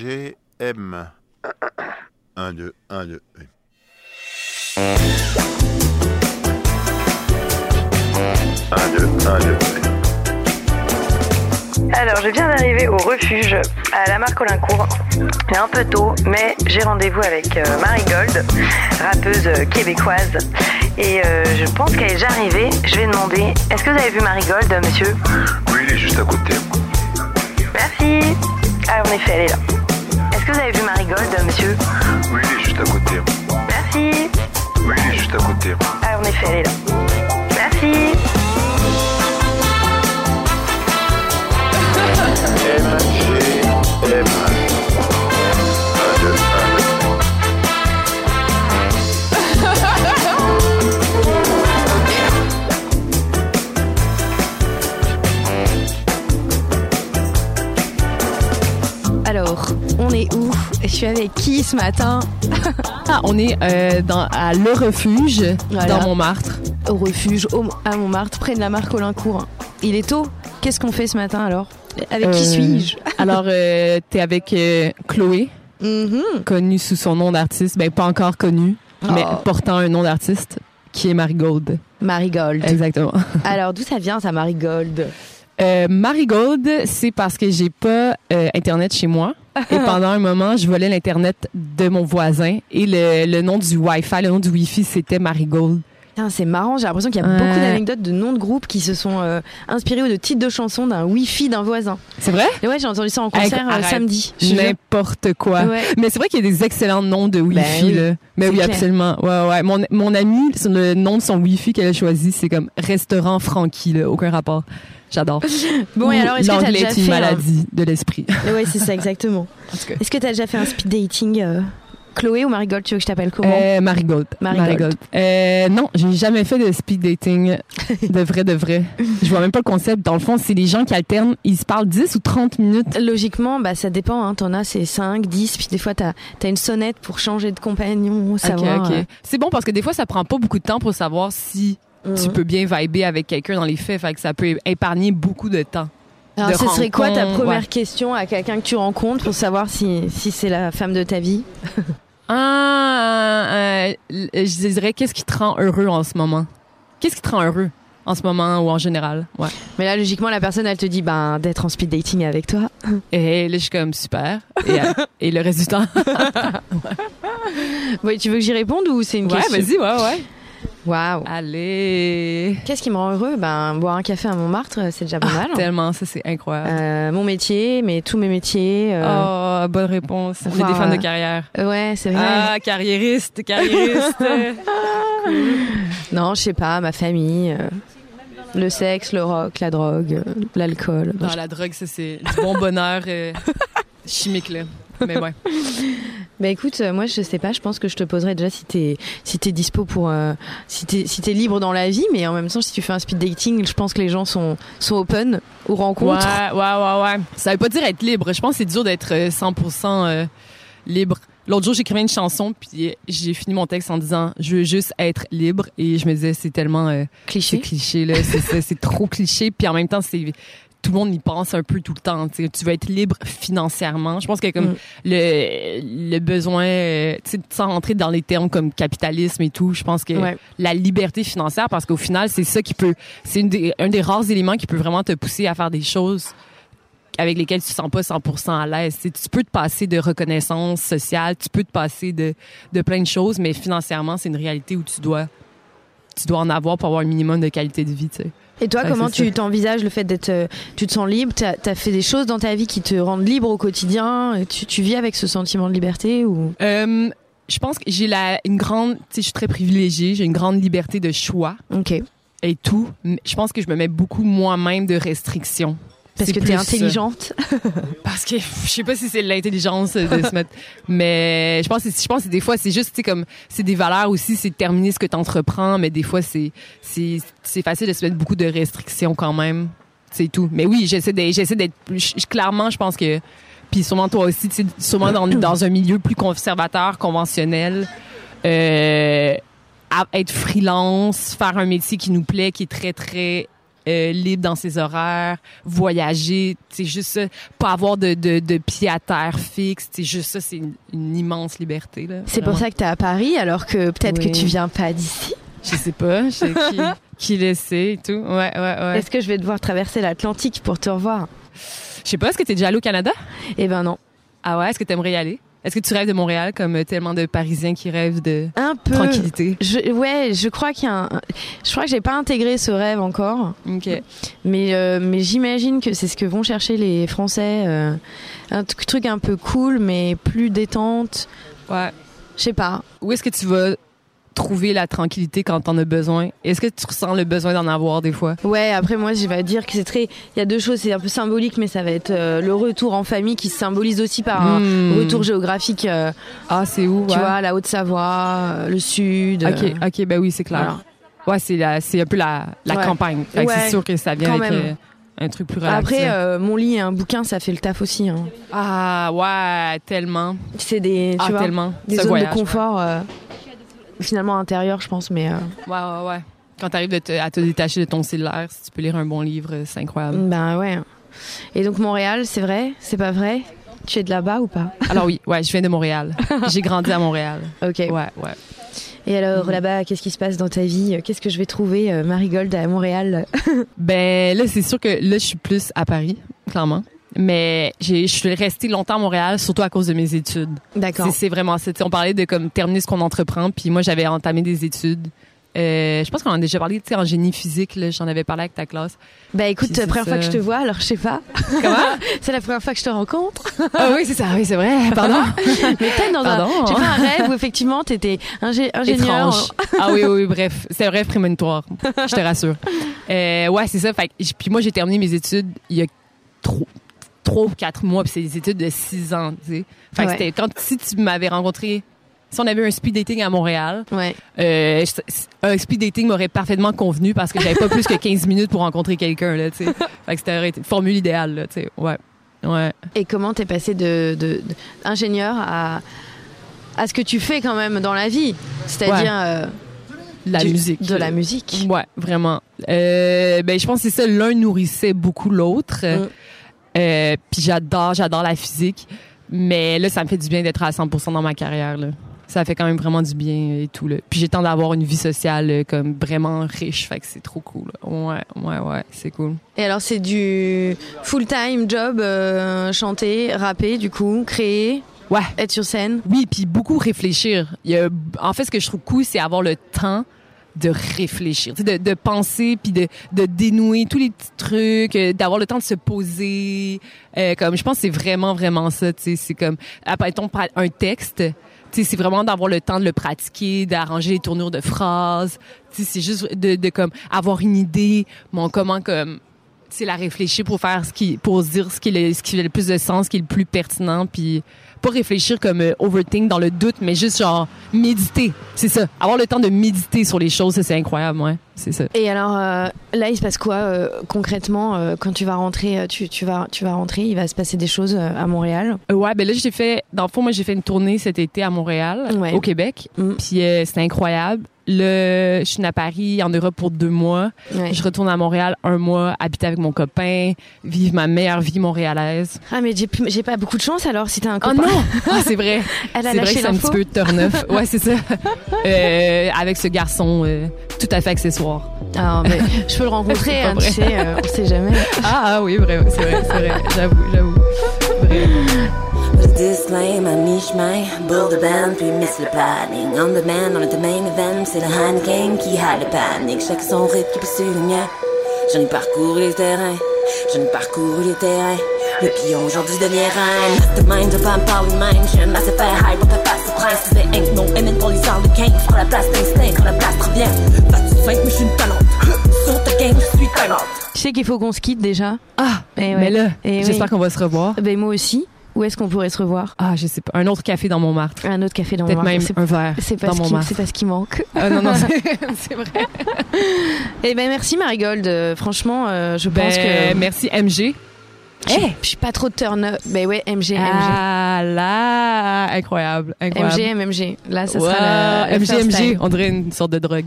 MGM. 1, 2, 1, 2. Un, deux, un, deux. Alors, je viens d'arriver au refuge à la marque Olincourt. C'est un peu tôt, mais j'ai rendez-vous avec euh, Marie Gold, rappeuse euh, québécoise. Et euh, je pense qu'elle est déjà arrivée. Je vais demander Est-ce que vous avez vu Marie Gold, euh, monsieur Oui, il est juste à côté. Merci Ah, en effet, elle est là. Est-ce que vous avez vu Marie Gold, euh, monsieur Oui, il est juste à côté. Merci Oui, il est juste à côté. Ah, en effet, elle est là. Merci MGM. 1, 2, 1, 2. Alors, on est où Je suis avec qui ce matin Ah, on est euh, dans, à Le Refuge, Voilà. dans Montmartre. Au refuge, au- à Montmartre, près de la marque Olincourt. Il est tôt. Qu'est-ce qu'on fait ce matin alors Avec qui Euh, suis-je Alors, euh, t'es avec euh, Chloé, Mhm. connue sous son nom d'artiste, ben pas encore connue, mais Oh. portant un nom d'artiste, qui est Marigold. Marie Gold. Exactement. Alors, d'où ça vient ça, Marie Gold Euh, Marigold, c'est parce que j'ai pas euh, Internet chez moi. Et pendant un moment, je volais l'Internet de mon voisin. Et le, le nom du Wi-Fi, le nom du Wi-Fi, c'était Marigold. Putain, C'est marrant, j'ai l'impression qu'il y a Ouais. beaucoup d'anecdotes de noms de groupes qui se sont euh, inspirés ou de titres de chansons d'un Wi-Fi d'un voisin. C'est vrai? Et ouais, j'ai entendu ça en Hey, concert euh, arrête. samedi. Je te jure. N'importe quoi. Ouais. Mais c'est vrai qu'il y a des excellents noms de Wi-Fi. Ben oui. là. Mais C'est oui, clair. absolument. Ouais, ouais. Mon, mon ami, le nom de son Wi-Fi qu'elle a choisi, c'est comme Restaurant Frankie. Là. Aucun rapport. J'adore. Bon, et alors, est-ce que t'as L'anglais déjà est fait une un- maladie de l'esprit. Ouais, c'est ça, exactement. Est-ce que t'as déjà fait un speed dating euh, Chloé ou Marie Gold Tu veux que je t'appelle comment Euh, Marigold. Marigold. Euh, non, j'ai jamais fait de speed dating. De vrai, de vrai. Je vois même pas le concept. Dans le fond, c'est les gens qui alternent. Ils se parlent 10 ou 30 minutes. Logiquement, bah, ça dépend. Hein. T'en as, c'est 5, 10. Puis des fois, t'as as une sonnette pour changer de compagnon, savoir. Ok, ok. C'est bon parce que des fois, ça prend pas beaucoup de temps pour savoir si euh, tu mhm. peux bien vibrer avec quelqu'un dans les faits. Fait que ça peut épargner beaucoup de temps. Alors, de ce serait quoi ta rencontre, première ouais. question à quelqu'un que tu rencontres pour savoir si, si c'est la femme de ta vie Ah, euh, euh, je dirais qu'est-ce qui te rend heureux en ce moment Qu'est-ce qui te rend heureux en ce moment ou en général Ouais. Mais là, logiquement, la personne, elle te dit ben, d'être en speed dating avec toi. Et Eh, là, je suis comme super. Et, euh, et le résultat Oui, tu veux que j'y réponde ou c'est une Ouais, question vas-y, ouais, ouais. Waouh Allez. Qu'est-ce qui me rend heureux Ben, boire un café à Montmartre, c'est déjà pas Ah, mal. Tellement, ça c'est incroyable. Euh, mon métier, mais tous mes métiers. euh, Oh, bonne réponse. On enfin, est des fans ouais. de carrière. Ouais, c'est vrai. Oh. Ah, carriériste, carriériste. Non, je sais pas, ma famille, euh, le sexe, le rock, la drogue, euh, l'alcool. non, la drogue, ça c'est du bon bonheur euh, chimique là. Mais ouais. Bah écoute, euh, moi je sais pas, je pense que je te poserai déjà si t'es si t'es dispo pour euh, si t'es si t'es libre dans la vie, mais en même temps si tu fais un speed dating, je pense que les gens sont sont open aux rencontres. Ouais, ouais, ouais, ouais. Ça veut pas dire être libre. Je pense que c'est dur d'être euh, 100% euh, libre. L'autre jour, j'écrivais une chanson, puis euh, j'ai fini mon texte en disant « Je veux juste être libre ». Et je me disais, c'est tellement... euh, c'est Cliché. cliché, là. C'est- C'est c'est trop cliché. Puis en même temps, c'est... Tout le monde y pense un peu tout le temps. tu sais. Tu veux être libre financièrement. Je pense que comme Mm. le, le besoin, euh, tu sais, sans rentrer dans les termes comme capitalisme et tout, je pense que Ouais. la liberté financière parce qu'au final c'est ça qui peut c'est une des- un des rares éléments qui peut vraiment te pousser à faire des choses avec lesquelles tu te sens pas 100% à l'aise. C'est- Tu peux te passer de reconnaissance sociale, tu peux te passer de, de plein de choses, mais financièrement, c'est une réalité où tu dois tu dois en avoir pour avoir un minimum de qualité de vie, tu sais. Et toi, Ouais, comment c'est tu t'envisages le fait d'être, euh, tu te sens libre, t'as as fait des choses dans ta vie qui te rendent libre au quotidien, et tu, tu vis avec ce sentiment de liberté ou Euh, je pense que j'ai la une grande, tu sais, je suis très privilégiée, j'ai une grande liberté de choix Ok. et tout. mais Je pense que je me mets beaucoup moi-même de restrictions. Parce C'est que t'es plus, euh, intelligente. parce que pff, je sais pas si c'est de l'intelligence euh, de se mettre mais je pense que- je pense que des fois c'est juste tu sais, comme c'est des valeurs aussi c'est de terminer ce que tu entreprends mais des fois c'est c'est c'est facile de se mettre beaucoup de restrictions quand même c'est tout mais oui j'essaie d'être j'essaie d'être plus- je- je- clairement je pense que puis sûrement toi aussi tu sais, sûrement dans dans un milieu plus conservateur conventionnel euh, à- être freelance faire un métier qui nous plaît qui est très très euh, libre dans ses horaires, voyager, c'est juste ça, pas avoir de, de, de pied à terre fixe, c'est juste ça, c'est une, une immense liberté. là. C'est pour Vraiment. ça que t'es à Paris, alors que peut-être Oui. que tu viens pas d'ici. Je sais pas, je sais qui, qui laisser et tout. Ouais, ouais, ouais. Est-ce que je vais devoir traverser l'Atlantique pour te revoir Je sais pas, est-ce que t'es déjà allé au Canada? Eh ben non. Ah ouais, est-ce que t'aimerais y aller? Est-ce que tu rêves de Montréal comme tellement de Parisiens qui rêvent de Un peu. tranquillité? Je, ouais, je crois qu'il y a un. Je crois que j'ai pas intégré ce rêve encore, Ok. mais euh, mais j'imagine que c'est ce que vont chercher les Français, euh, un t- truc un peu cool mais plus détente. Ouais. Je sais pas. Où est-ce que tu vas trouver la tranquillité quand t'en as besoin? Est-ce que tu ressens le besoin d'en avoir des fois? Ouais, après moi je vais dire que c'est très. Il y a deux choses, c'est un peu symbolique, mais ça va être euh, le retour en famille qui se symbolise aussi par un Hmm. retour géographique. euh, Ah, c'est où? Tu ouais. vois, la Haute-Savoie, euh, le Sud. euh, Ok, ok, ben oui, c'est clair. voilà. Ouais, c'est la- c'est un peu la, la Ouais. campagne. Fait que Ouais. c'est sûr que ça vient Quand avec même. euh, un truc plus relax. Après, là. euh, mon lit et un bouquin, ça fait le taf aussi. hein. Ah, ouais, tellement. C'est des, tu Ah, vois, tellement. des Ce zones voyage. de confort, euh, finalement intérieur, je pense, mais euh, Ouais, ouais, ouais. Quand t'arrives de te- à te détacher de ton cellulaire, si tu peux lire un bon livre, euh, c'est incroyable. ben ouais. Et donc Montréal, c'est vrai, c'est pas vrai. Tu es de là-bas ou pas Alors oui, ouais, je viens de Montréal. J'ai grandi à Montréal. Ok. Ouais, ouais. Et alors Mhm. là-bas, qu'est-ce qui se passe dans ta vie Qu'est-ce que je vais trouver, euh, Marigold, à Montréal Ben là, c'est sûr que là, je suis plus à Paris, clairement. Mais j'ai- je suis restée longtemps à Montréal, surtout à cause de mes études. D'accord. C'est- C'est vraiment ça. Tu sais, On parlait de comme terminer ce qu'on entreprend. Puis moi, j'avais entamé des études. Euh, je pense qu'on en a déjà parlé, tu sais, en génie physique, là, j'en avais parlé avec ta classe. Bah écoute, Si, c'est première fois que ça. je te vois, alors je sais pas. Comment? C'est la première fois que je te rencontre. Ah oui, c'est ça, oui, c'est vrai, pardon. Mais peut-être dans un. Pardon. J'ai fait un rêve où effectivement t'étais ingé- ingénieur. Étrange. Ah oui, oui, oui, bref. C'est un rêve prémonitoire, je te rassure. Euh, ouais, c'est ça. Fait, que j- puis moi, j'ai terminé mes études il y a trop trois ou quatre mois, puis c'est des études de six ans, tu sais. Fait que Ouais. c'était quand, si tu m'avais rencontré, si on avait eu un speed dating à Montréal, Ouais. euh, je- un speed dating m'aurait parfaitement convenu parce que j'avais pas plus que 15 minutes pour rencontrer quelqu'un, là, tu sais. Fait que c'était aurait été une formule idéale, là, tu sais. Ouais. Ouais. Et comment t'es passé de, de- de- ingénieur à à ce que tu fais quand même dans la vie, c'est-à-dire euh, La du- musique. de la musique. Ouais, vraiment. Euh, ben, je pense que c'est ça, l'un nourrissait beaucoup l'autre. Mm. Euh, puis j'adore, j'adore la physique. Mais là, ça me fait du bien d'être à 100% dans ma carrière. Là. Ça fait quand même vraiment du bien et tout. Là. Puis j'ai temps d'avoir une vie sociale euh, comme vraiment riche. Fait que c'est trop cool. Ouais, ouais, ouais, c'est cool. Et alors c'est du full-time job, euh, chanter, rapper, du coup, créer, Ouais. être sur scène. Oui, puis beaucoup réfléchir. Il y a, en fait, ce que je trouve cool, c'est avoir le temps de réfléchir, tu sais, de, de penser, puis de, de dénouer tous les petits trucs, euh, d'avoir le temps de se poser. Euh, comme je pense, que c'est vraiment vraiment ça. tu sais, C'est comme après on parle un texte. tu sais, C'est vraiment d'avoir le temps de le pratiquer, d'arranger les tournures de phrases. Tu sais, C'est juste de, de comme avoir une idée, mon comment comme c'est la réfléchir pour faire ce qui pour se dire ce qui est le, ce qui fait le plus de sens, ce qui est le plus pertinent puis pas réfléchir comme euh, overthink dans le doute mais juste genre méditer, c'est ça. Avoir le temps de méditer sur les choses, ça, c'est incroyable, ouais, c'est ça. Et alors euh, là, il se passe quoi euh, concrètement euh, quand tu vas rentrer euh, tu, tu vas tu vas rentrer, il va se passer des choses euh, à Montréal. Euh, Ouais, ben là j'ai fait dans le fond moi j'ai fait une tournée cet été à Montréal, Ouais. au Québec, Mm. puis euh, c'était incroyable. Le je suis venue à Paris en Europe pour deux mois. Ouais. Je retourne à Montréal un mois, habiter avec mon copain, vivre ma meilleure vie montréalaise. Ah mais j'ai plus- j'ai pas beaucoup de chance alors si t'as un Oh copain. non, Ah, c'est vrai. Elle a C'est vrai que lâché c'est un l'info. petit peu turn off. Ouais, c'est ça. Euh, avec ce garçon euh, tout à fait accessoire. Ah, mais je peux le rencontrer, C'est pas hein, tu vrai. sais, euh, on sait jamais. Ah, ah oui, vrai, c'est vrai, c'est vrai. J'avoue, j'avoue. Vrai. This lame, un mi-chemin, bourre de bande, puis miss le planning. On the man, on est the main event, c'est le hand game qui a le panique. Chaque son rythme qui poursuit le mien. J'en ai parcouru les terrains, j'en ai parcouru les terrains. Le pion aujourd'hui devient reine. Mastermind, je pas me parler de même. Je masse faire high pour te passer prince. C'est des inc, non, MN pour les arts de gang. Prends la place d'instinct quand la place revient. Pas de mais je suis une talente. Sur ta game, je suis talente. Je sais qu'il faut qu'on se quitte déjà. Ah, Eh ouais. mais là, Eh j'espère oui. qu'on va se revoir. Ben moi aussi. Où est-ce qu'on pourrait se revoir Ah, je sais pas. Un autre café dans Montmartre. Un autre café dans Peut-être Montmartre. même Ah, C'est- un verre C'est pas, dans ce qui- Montmartre. c'est pas ce qui manque. Ah non, non, c'est c'est vrai. Eh ben merci Marigold. Euh, Franchement, euh, je pense Ben, que Merci MG. Je suis- je suis pas trop turn up. Ben ouais, MG, Ah là, incroyable, MG. incroyable. MG, MG. Là, ça Wow, sera le, le MG, first MG, time. on dirait une sorte de drogue.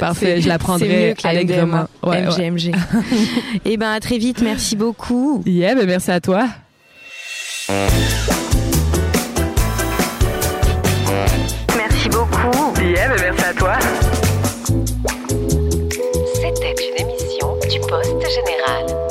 Parfait, C'est- je la c'est prendrai mieux que la allègrement. MDMA. Ouais, ouais. MG, MG. Eh ben, à très vite. Merci beaucoup. Yeah, ben merci à toi. Merci beaucoup. Yeah, ben merci à toi. C'était une émission du Poste Général.